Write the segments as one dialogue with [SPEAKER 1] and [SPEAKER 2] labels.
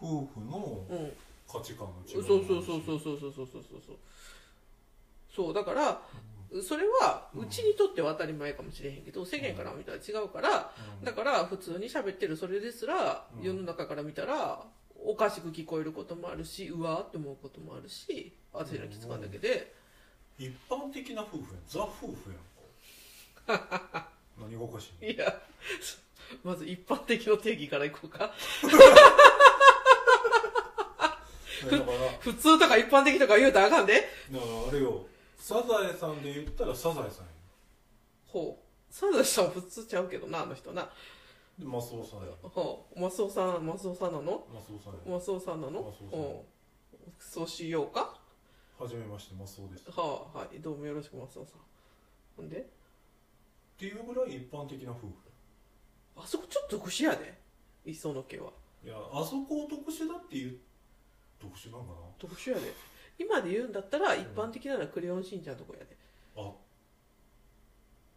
[SPEAKER 1] 夫婦の
[SPEAKER 2] うん
[SPEAKER 1] 価値観の違い
[SPEAKER 2] そう
[SPEAKER 1] もあ
[SPEAKER 2] そ
[SPEAKER 1] る
[SPEAKER 2] う
[SPEAKER 1] し
[SPEAKER 2] そうそうそうそうそうそうそうそうそうだからそれは
[SPEAKER 1] うん
[SPEAKER 2] うちにとっては当たり前かもしれへんけど世間から見たら違うから
[SPEAKER 1] うん
[SPEAKER 2] だから普通に喋ってるそれですら
[SPEAKER 1] うん
[SPEAKER 2] 世の中から見たらおかしく聞こえることもあるしうわーって思うこともあるし私のきつかんだけで
[SPEAKER 1] 一般的な夫婦やんザ夫婦やん か何がおかしいの
[SPEAKER 2] いやそまず一般的の定義からいこうか
[SPEAKER 1] えだからだか
[SPEAKER 2] 普通とか一般的とか言うたらあかんで
[SPEAKER 1] らあれよサザエさんで言ったらサザエさんや
[SPEAKER 2] ほうサザエさんは普通ちゃうけどなあの人なん
[SPEAKER 1] でマスオさんや
[SPEAKER 2] ほうマスオさんマスオさんなの
[SPEAKER 1] マスオさんや
[SPEAKER 2] マスオさんなの
[SPEAKER 1] マスオさん
[SPEAKER 2] うんそうしようか
[SPEAKER 1] はじめましてマスオですっ
[SPEAKER 2] はあはいどうもよろしくマスオさんほんで
[SPEAKER 1] ていうぐらい一般的な夫婦
[SPEAKER 2] あそこちょっと特殊やで磯野家はい
[SPEAKER 1] やあそこを特殊だっていう特殊なんか
[SPEAKER 2] 特殊やで今で言うんだったら一般的なのはクレヨンしんちゃんのとこやで
[SPEAKER 1] なあっ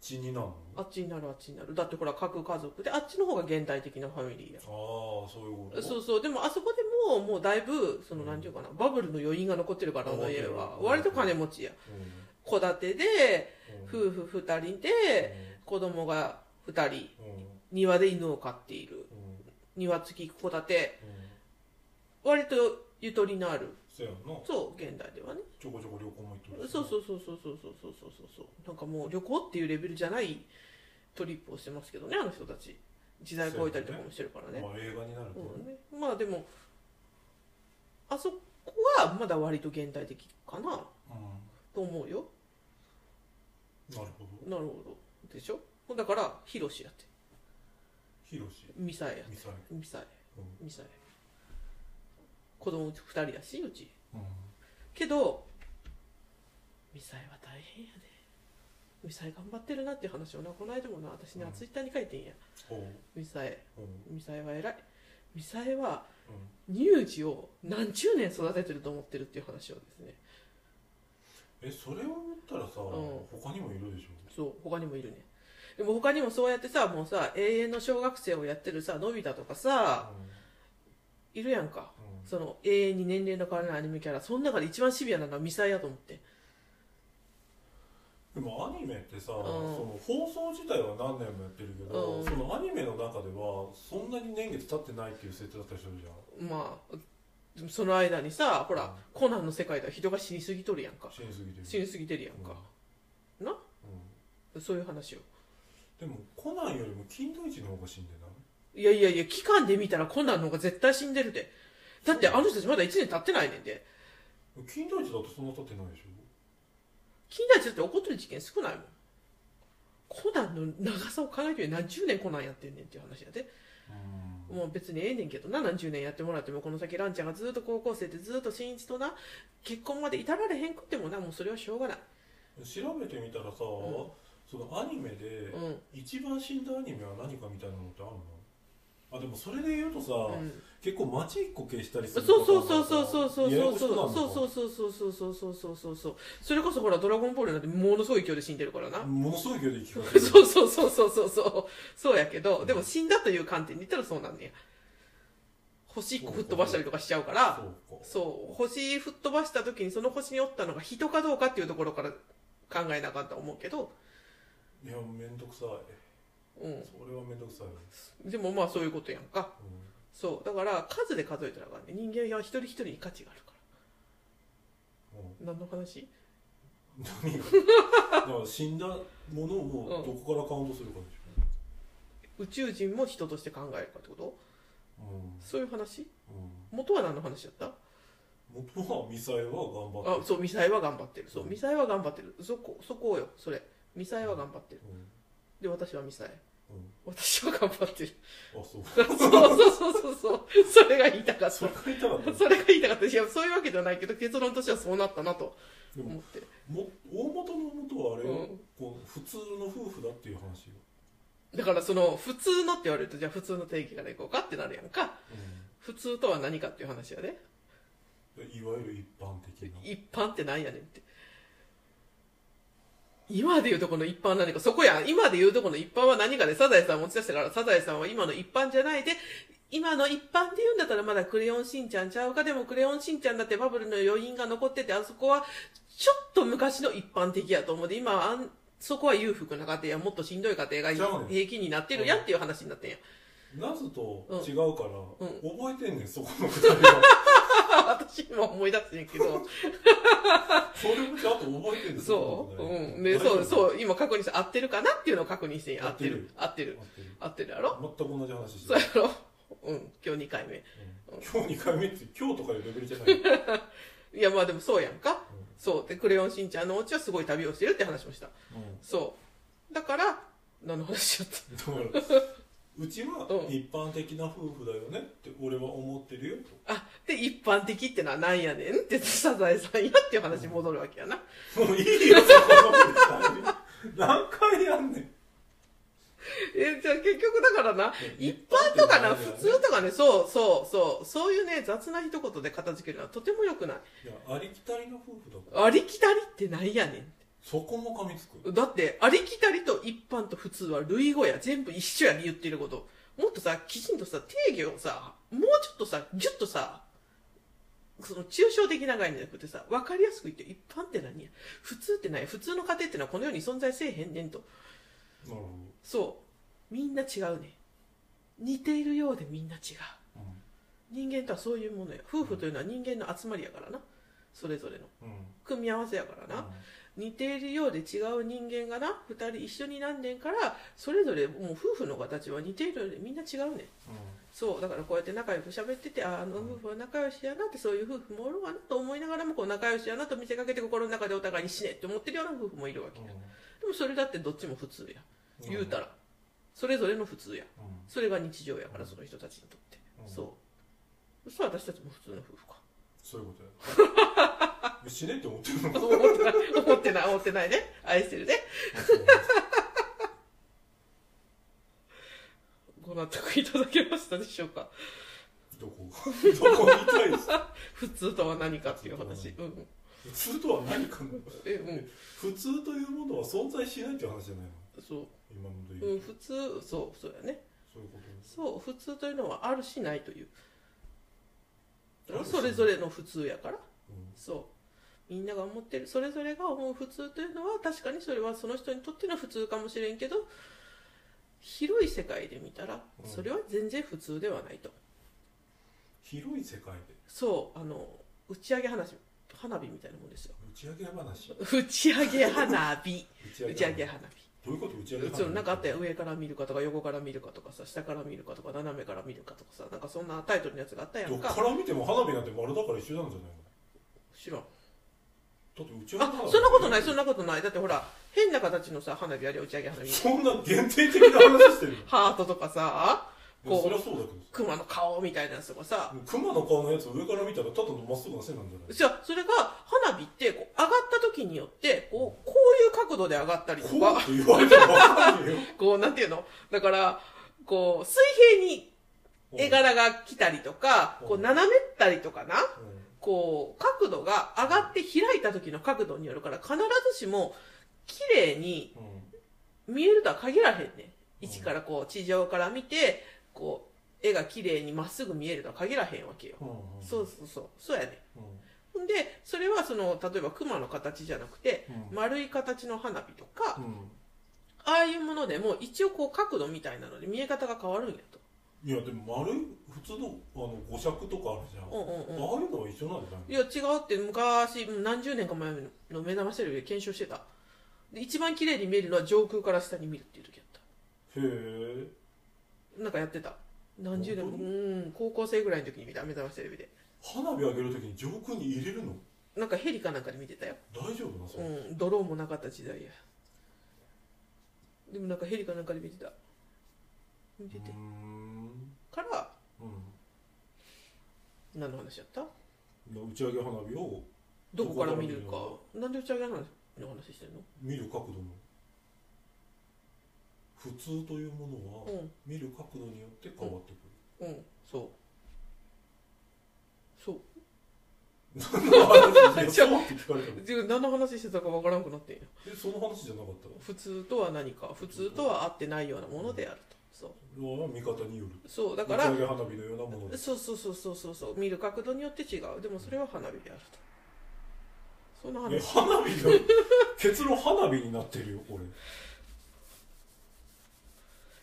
[SPEAKER 1] ちになるの
[SPEAKER 2] あっちになるあっちになるだってほら各家族であっちの方が現代的なファミリーや
[SPEAKER 1] ああそういうこと
[SPEAKER 2] そうそうでもあそこでもうもうだいぶその
[SPEAKER 1] うん
[SPEAKER 2] 何ていうかなバブルの余韻が残ってるからあの家は
[SPEAKER 1] 残ってる
[SPEAKER 2] 割と金持ちや
[SPEAKER 1] う
[SPEAKER 2] 戸建てで
[SPEAKER 1] んうん
[SPEAKER 2] 夫婦2人で子供が2人
[SPEAKER 1] うんうん
[SPEAKER 2] 庭で犬を飼っている
[SPEAKER 1] うん
[SPEAKER 2] 庭付き戸建て
[SPEAKER 1] うん
[SPEAKER 2] 割とゆとりのある
[SPEAKER 1] そやんな
[SPEAKER 2] そう現代ではね
[SPEAKER 1] ちょこちょこ旅行も行ってるし
[SPEAKER 2] そうそうそうそうそうそうそうそうそうなんかもう旅行っていうレベルじゃないトリップをしてますけどねあの人たち時代超えたりとかもしてるからね
[SPEAKER 1] まあ映画になるとね
[SPEAKER 2] うんねまあでもあそこはまだ割と現代的かな
[SPEAKER 1] う
[SPEAKER 2] と思うよ
[SPEAKER 1] んなるほど
[SPEAKER 2] なるほどでしょだからヒロシやって
[SPEAKER 1] ヒロシ
[SPEAKER 2] ミサエやって
[SPEAKER 1] ミサイ
[SPEAKER 2] ミサエ
[SPEAKER 1] うん
[SPEAKER 2] ミサエ子供うち2人やしうち
[SPEAKER 1] うん
[SPEAKER 2] けどミサイは大変やでミサイ頑張ってるなっていう話をなこの間もな私ね、
[SPEAKER 1] うん
[SPEAKER 2] ツイッターに書いてんや
[SPEAKER 1] ほう
[SPEAKER 2] ミサイ
[SPEAKER 1] ほう
[SPEAKER 2] ミサイは偉いミサイは
[SPEAKER 1] うん
[SPEAKER 2] 乳児を何十年育ててると思ってるっていう話をですね
[SPEAKER 1] えそれを言ったらさ
[SPEAKER 2] ん
[SPEAKER 1] 他にもいるでしょ
[SPEAKER 2] そう他にもいるねでも他にもそうやってさもうさ永遠の小学生をやってるさのび太とかさいるやんか
[SPEAKER 1] うんうん
[SPEAKER 2] その永遠に年齢の変わらないアニメキャラその中で一番シビアなのはミサイやと思って
[SPEAKER 1] でもアニメってさ、
[SPEAKER 2] ん
[SPEAKER 1] その放送自体は何年もやってるけど、
[SPEAKER 2] うん
[SPEAKER 1] そのアニメの中ではそんなに年月経ってないっていう設定だったりするじゃん
[SPEAKER 2] まあでもその間にさほら、
[SPEAKER 1] うん
[SPEAKER 2] コナンの世界では人が死にすぎとるやんか
[SPEAKER 1] 死にすぎてる
[SPEAKER 2] 死にすぎてるやんか、な
[SPEAKER 1] う
[SPEAKER 2] そういう話を
[SPEAKER 1] んでもコナンよりも金田一の方が死んでない
[SPEAKER 2] いやいやいや期間で見たらコナンの方が絶対死んでるでだってあの人たちまだ1年経ってないねんで
[SPEAKER 1] 金田一だとそんな経ってないでしょ
[SPEAKER 2] 近代一だって起こってる事件少ないもんコナンの長さを考えてみれば何十年コナンやってんねんっていう話やで
[SPEAKER 1] うん
[SPEAKER 2] もう別にええねんけどな何十年やってもらってもこの先ランちゃんがずっと高校生でずっと新一とな結婚まで至られへんくってもなもうそれはしょうがない
[SPEAKER 1] 調べてみたらさ、
[SPEAKER 2] ん
[SPEAKER 1] そのアニメで
[SPEAKER 2] うん
[SPEAKER 1] 一番死んだアニメは何かみたいなのってあるのあでもそれで言うとさ、
[SPEAKER 2] うん
[SPEAKER 1] 結構街一個消したりす
[SPEAKER 2] そ
[SPEAKER 1] るパ
[SPEAKER 2] う
[SPEAKER 1] ターン
[SPEAKER 2] そうそうそうそうそうそう
[SPEAKER 1] ややこしくなるのか
[SPEAKER 2] そうそうそうそうそうそうそうそうそうそうそれこそほら「ドラゴンボール」なんてものすごい勢いで死んでるからな、
[SPEAKER 1] ものすごい勢いで聞かれる
[SPEAKER 2] そうそうそうそうそうそうそうやけどでも死んだという観点で言ったらそうなんねや星1個吹っ飛ばしたりとかしちゃうから
[SPEAKER 1] そうか
[SPEAKER 2] そう星吹っ飛ばした時にその星におったのが人かどうかっていうところから考えなかったと思うけど、
[SPEAKER 1] いやめんどくさい
[SPEAKER 2] うん、
[SPEAKER 1] それはめんどくさい、
[SPEAKER 2] でもまあそういうことやんか
[SPEAKER 1] う
[SPEAKER 2] そうだから数で数えたらあかんね人間は一人一人に価値があるか
[SPEAKER 1] んうん、
[SPEAKER 2] ら何の話
[SPEAKER 1] 何がだから死んだものをどこからカウントするかでし
[SPEAKER 2] 宇宙人も人として考えるかってこと
[SPEAKER 1] ょ、うん
[SPEAKER 2] そういう話
[SPEAKER 1] う
[SPEAKER 2] 元は何の話だった
[SPEAKER 1] ん、元はミサイは頑張って
[SPEAKER 2] あそうミサイは頑張ってるそう
[SPEAKER 1] うん
[SPEAKER 2] ミサイは頑張ってるそこそこよそれミサイは頑張ってる
[SPEAKER 1] うん
[SPEAKER 2] で私はミサイ
[SPEAKER 1] うん、
[SPEAKER 2] 私は頑張ってる
[SPEAKER 1] あそう
[SPEAKER 2] そうそうそうそうそうそれが言いたかった
[SPEAKER 1] それ書いたかった
[SPEAKER 2] それが言いたかったいやそういうわけじゃないけど結論としてはそうなったなと
[SPEAKER 1] でも
[SPEAKER 2] 思って
[SPEAKER 1] も大元の元はあれよ、
[SPEAKER 2] うん
[SPEAKER 1] こう普通の夫婦だっていう話よ、
[SPEAKER 2] だからその普通のって言われるとじゃあ普通の定義からいこうかってなるやんか普通とは何かっていう話やね
[SPEAKER 1] いわゆる一般的な
[SPEAKER 2] 一般ってなんやねんって今で言うとこの一般何かそこやん今で言うとこの一般は何かでサザエさん持ち出したからサザエさんは今の一般じゃないで今の一般で言うんだったらまだクレヨンしんちゃんちゃうかでもクレヨンしんちゃんだってバブルの余韻が残っててあそこはちょっと昔の一般的やと思うで今はあんそこは裕福な家庭やもっとしんどい家庭
[SPEAKER 1] ちゃう
[SPEAKER 2] が
[SPEAKER 1] の
[SPEAKER 2] 平均になってるやんっていう話になってんや
[SPEAKER 1] ナズと違うから、
[SPEAKER 2] ん
[SPEAKER 1] 覚えてんねんそこのくだりは
[SPEAKER 2] 私今思い出すんやけど
[SPEAKER 1] それもちゃんと覚えてんねん
[SPEAKER 2] そう、
[SPEAKER 1] このくだり
[SPEAKER 2] うん、でそう
[SPEAKER 1] う
[SPEAKER 2] そう今確認して合ってるかなっていうのを確認してんや合
[SPEAKER 1] 合
[SPEAKER 2] っ
[SPEAKER 1] ってて
[SPEAKER 2] る
[SPEAKER 1] る
[SPEAKER 2] 合ってる
[SPEAKER 1] 待って
[SPEAKER 2] 合ってるやろ
[SPEAKER 1] 全く同じ話して
[SPEAKER 2] そう
[SPEAKER 1] る
[SPEAKER 2] やろうん今日2回目
[SPEAKER 1] うん今日2回目って今日とかいうレベルじゃないうん
[SPEAKER 2] いやまあでもそうやんかそうで「クレヨンしんちゃん」のお家はすごい旅をしてるって話もしたそうだから何の話しちゃっ
[SPEAKER 1] うんだからうちは
[SPEAKER 2] うん
[SPEAKER 1] 一般的な夫婦だよねって俺は思って るよと
[SPEAKER 2] たあで一般的ってのはなんやねんってサザエさんやっていう話に戻るわけやな
[SPEAKER 1] もういいよ、そこの何回やんねん。
[SPEAKER 2] えじゃあ結局だからな一
[SPEAKER 1] 一
[SPEAKER 2] 般
[SPEAKER 1] 般
[SPEAKER 2] と
[SPEAKER 1] と
[SPEAKER 2] か
[SPEAKER 1] か
[SPEAKER 2] な
[SPEAKER 1] な
[SPEAKER 2] 普通とかねそうそうそうそういうね雑な一言で片付けるのはとても良くない
[SPEAKER 1] いや、ありきたりの夫婦だから。
[SPEAKER 2] ありきたりってなんやね
[SPEAKER 1] そこも噛みつく。
[SPEAKER 2] んだってありきたりと一般と普通は類語や全部一緒や言ってることもっとさきちんとさ定義をさもうちょっとさギュッとさその抽象的な概念じゃなくてさ分かりやすく言って一般って何や普通ってない普通の家庭ってのはこの世に存在せえへんねんと
[SPEAKER 1] なるほ
[SPEAKER 2] そうみんな違うね似ているようでみんな違う
[SPEAKER 1] ど。
[SPEAKER 2] 人間とはそういうものや夫婦というのは人間の集まりやからなそれぞれの
[SPEAKER 1] うん。うん。
[SPEAKER 2] 組み合わせやからな、似ているようで違う人間がな2人一緒になんねんからそれぞれもう夫婦の形は似ているようでみんな違うねん
[SPEAKER 1] う
[SPEAKER 2] そうだからこうやって仲良く喋っててあーあの夫婦は仲良しやなってそういう夫婦もおるわなと思いながらもこう仲良しやなと見せかけて心の中でお互いに死ねって思ってるような夫婦もいるわけ
[SPEAKER 1] ん。
[SPEAKER 2] でもそれだってどっちも普通や
[SPEAKER 1] うん
[SPEAKER 2] 言うたらそれぞれの普通や
[SPEAKER 1] うん。
[SPEAKER 2] それが日常やからその人たちにとって
[SPEAKER 1] うん
[SPEAKER 2] そうそしたら私たちも普通の夫婦か
[SPEAKER 1] そういうことや。 死ねって思ってるのか。
[SPEAKER 2] 思ってない思ってない思ってないね愛してるねご納得いただけましたでしょうか
[SPEAKER 1] どこ どこ見たいです。
[SPEAKER 2] 普通とは何かっていう話
[SPEAKER 1] 普通
[SPEAKER 2] うん
[SPEAKER 1] 普通とは何かの
[SPEAKER 2] えう
[SPEAKER 1] 普
[SPEAKER 2] ん
[SPEAKER 1] 通というものは存在しないっていう話じゃないの
[SPEAKER 2] そ
[SPEAKER 1] 今ので
[SPEAKER 2] う、
[SPEAKER 1] 言
[SPEAKER 2] う、
[SPEAKER 1] うんと。
[SPEAKER 2] 普通そうそうやね
[SPEAKER 1] そういうことです。
[SPEAKER 2] そう普通というのはあるしないという
[SPEAKER 1] あるし
[SPEAKER 2] それぞれの普通やから
[SPEAKER 1] うん
[SPEAKER 2] そうみんなが思ってるそれぞれが思う普通というのは確かにそれはその人にとっての普通かもしれんけど広い世界で見たら
[SPEAKER 1] うん
[SPEAKER 2] それは全然普通ではないと、
[SPEAKER 1] 広い世界で
[SPEAKER 2] そうあの打ち上げ話花火みたいなもんですよ
[SPEAKER 1] 打ち上げ話。
[SPEAKER 2] 打ち上げ花火
[SPEAKER 1] 打ち
[SPEAKER 2] 打ち上げ
[SPEAKER 1] ど
[SPEAKER 2] 花火
[SPEAKER 1] ういうこと打ち上げ
[SPEAKER 2] そうなんかあったよ上から見るかとか横から見るかとかさ下から見るかとか斜めから見るかとかさなんかそんなタイトルのやつがあったや
[SPEAKER 1] ど
[SPEAKER 2] ん
[SPEAKER 1] っ
[SPEAKER 2] か
[SPEAKER 1] から見ても花火なんて丸だから一緒なんじゃないの
[SPEAKER 2] 知らんあ
[SPEAKER 1] だって打ち
[SPEAKER 2] そ
[SPEAKER 1] 上
[SPEAKER 2] ん
[SPEAKER 1] げ
[SPEAKER 2] な
[SPEAKER 1] 花火
[SPEAKER 2] ことないそんなことないだってほら変な形のさ花火あれ打ち上げ花火
[SPEAKER 1] そんな限定的な話してるの
[SPEAKER 2] ハートとかさ
[SPEAKER 1] いやそ
[SPEAKER 2] こ
[SPEAKER 1] り
[SPEAKER 2] う
[SPEAKER 1] ゃそうだけど
[SPEAKER 2] 熊の顔みたいなやつとかさ
[SPEAKER 1] さ熊の顔のやつを上から見たらただのまっすぐな線なんじゃない
[SPEAKER 2] じゃあそれが花火ってこう上がった時によってこうこういう角度で上がったりと
[SPEAKER 1] こう
[SPEAKER 2] か
[SPEAKER 1] って言われたら分かんね
[SPEAKER 2] こうなんていうのだからこう水平に
[SPEAKER 1] え
[SPEAKER 2] 絵
[SPEAKER 1] よ
[SPEAKER 2] 柄が来たりとかこう斜めったりとかな
[SPEAKER 1] う
[SPEAKER 2] こう、角度が上がって開いた時の角度によるから、必ずしも、綺麗に
[SPEAKER 1] んうん
[SPEAKER 2] 見えるとは限らへんね
[SPEAKER 1] う
[SPEAKER 2] ん。
[SPEAKER 1] ん
[SPEAKER 2] 位置からこう、地上から見て、こう、絵が綺麗にまっすぐ見えるとは限らへんわけよ。
[SPEAKER 1] うんうん
[SPEAKER 2] そうそうそう。そうやね
[SPEAKER 1] うん
[SPEAKER 2] ん。ほんで、それはその、例えば熊の形じゃなくて、
[SPEAKER 1] うん
[SPEAKER 2] 丸い形の花火とか、
[SPEAKER 1] うん
[SPEAKER 2] ああいうものでも、一応こう、角度みたいなので見え方が変わるんやと。
[SPEAKER 1] いやでも丸い普通のあの五尺とかあるじゃん
[SPEAKER 2] うんうんうん。
[SPEAKER 1] ああいうのは一緒なんじゃない
[SPEAKER 2] いや違うって昔何十年か前の目覚ましテレビで検証してたで一番綺麗に見えるのは上空から下に見るっていう時やっ
[SPEAKER 1] のへえ
[SPEAKER 2] たなんかやってた何十年も
[SPEAKER 1] 本
[SPEAKER 2] う
[SPEAKER 1] 当
[SPEAKER 2] ん高校生ぐらいの時に見た目覚ましテレビで
[SPEAKER 1] 花火上げるときに上空に入れるの
[SPEAKER 2] なんかヘリかなんかで見てたよ、
[SPEAKER 1] 大丈夫なそうれ
[SPEAKER 2] ん、ドローンもなかった時代やでもなんかヘリかなんかで見てた見てて
[SPEAKER 1] うーん
[SPEAKER 2] から
[SPEAKER 1] うん
[SPEAKER 2] 何の話やった
[SPEAKER 1] 打ち上げ花火を
[SPEAKER 2] どこから見るかなんで打ち上げの話してんの
[SPEAKER 1] 見る角度の普通というものは
[SPEAKER 2] うん
[SPEAKER 1] 見る角度によって変わってく
[SPEAKER 2] うんそうそう
[SPEAKER 1] る、何の話
[SPEAKER 2] ちょ
[SPEAKER 1] そうって聞かれたの
[SPEAKER 2] で何の話してたかわからんくなってんや
[SPEAKER 1] えその話じゃなかった
[SPEAKER 2] 普通とは何か普通とは合ってないようなものであるとそう
[SPEAKER 1] は見方による
[SPEAKER 2] そうだ
[SPEAKER 1] 打
[SPEAKER 2] か
[SPEAKER 1] ち
[SPEAKER 2] ら
[SPEAKER 1] 上げ花火のようなものです
[SPEAKER 2] そうそうそうそうそうそう見る角度によって違うでもそれは花火であるとその
[SPEAKER 1] え
[SPEAKER 2] 話
[SPEAKER 1] 花火が結論花火になってるよ俺、
[SPEAKER 2] い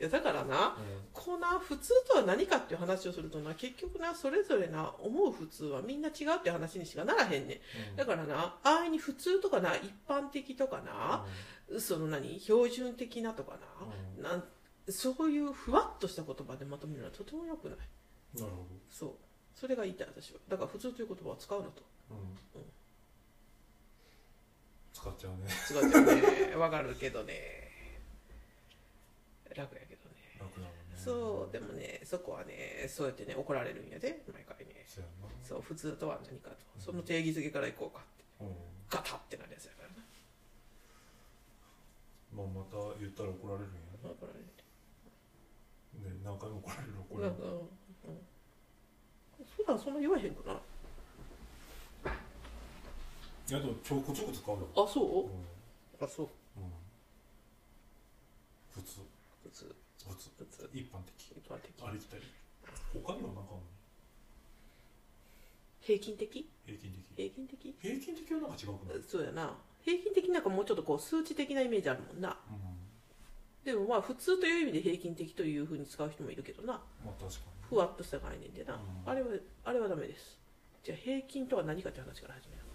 [SPEAKER 2] やだからなこうな普通とは何かっていう話をするとな結局なそれぞれな思う普通はみんな違うって話にしかならへんねんだからなあいに普通とかな一般的とかな、その何標準的なとかな,、なんそういうふわっとした言葉でまとめるのはとてもよくない
[SPEAKER 1] うんなるほ
[SPEAKER 2] そうそれが言いたい私はだから普通という言葉を使うな と
[SPEAKER 1] ど、うん
[SPEAKER 2] うん
[SPEAKER 1] 使っちゃうね
[SPEAKER 2] 違うよねわかるけどね楽やけどね
[SPEAKER 1] 楽だもんね
[SPEAKER 2] そうでもねそこはねそうやってね怒られるんやで毎回ね
[SPEAKER 1] そうや
[SPEAKER 2] そう普通とは何かとその定義づけからいこうかって
[SPEAKER 1] な、うん
[SPEAKER 2] ガタってなるやつやからな
[SPEAKER 1] まあ、また言ったら怒られるんや
[SPEAKER 2] 怒られる
[SPEAKER 1] ねね何回も怒られる怒られ
[SPEAKER 2] なん
[SPEAKER 1] る
[SPEAKER 2] か、うんうん、普段そんな言わへんくない
[SPEAKER 1] いやでもちょこちょこ使うよ、
[SPEAKER 2] あ
[SPEAKER 1] うん、
[SPEAKER 2] そううあそうん
[SPEAKER 1] 普通
[SPEAKER 2] 普通
[SPEAKER 1] 普通
[SPEAKER 2] 普通
[SPEAKER 1] 一般的
[SPEAKER 2] 一般的
[SPEAKER 1] ありきたり他には何かあんの
[SPEAKER 2] 平均的
[SPEAKER 1] 平均的
[SPEAKER 2] 平均的
[SPEAKER 1] 平均的はなんか違うくない、
[SPEAKER 2] そうやな平均的なんかもうちょっとこう数値的なイメージあるもんな
[SPEAKER 1] うん、
[SPEAKER 2] でもまあ普通という意味で平均的というふうに使う人もいるけどな
[SPEAKER 1] まあ確かに
[SPEAKER 2] ふわっとした概念でな、
[SPEAKER 1] うん
[SPEAKER 2] あれはあれはダメですじゃあ平均とは何かって話から始めよ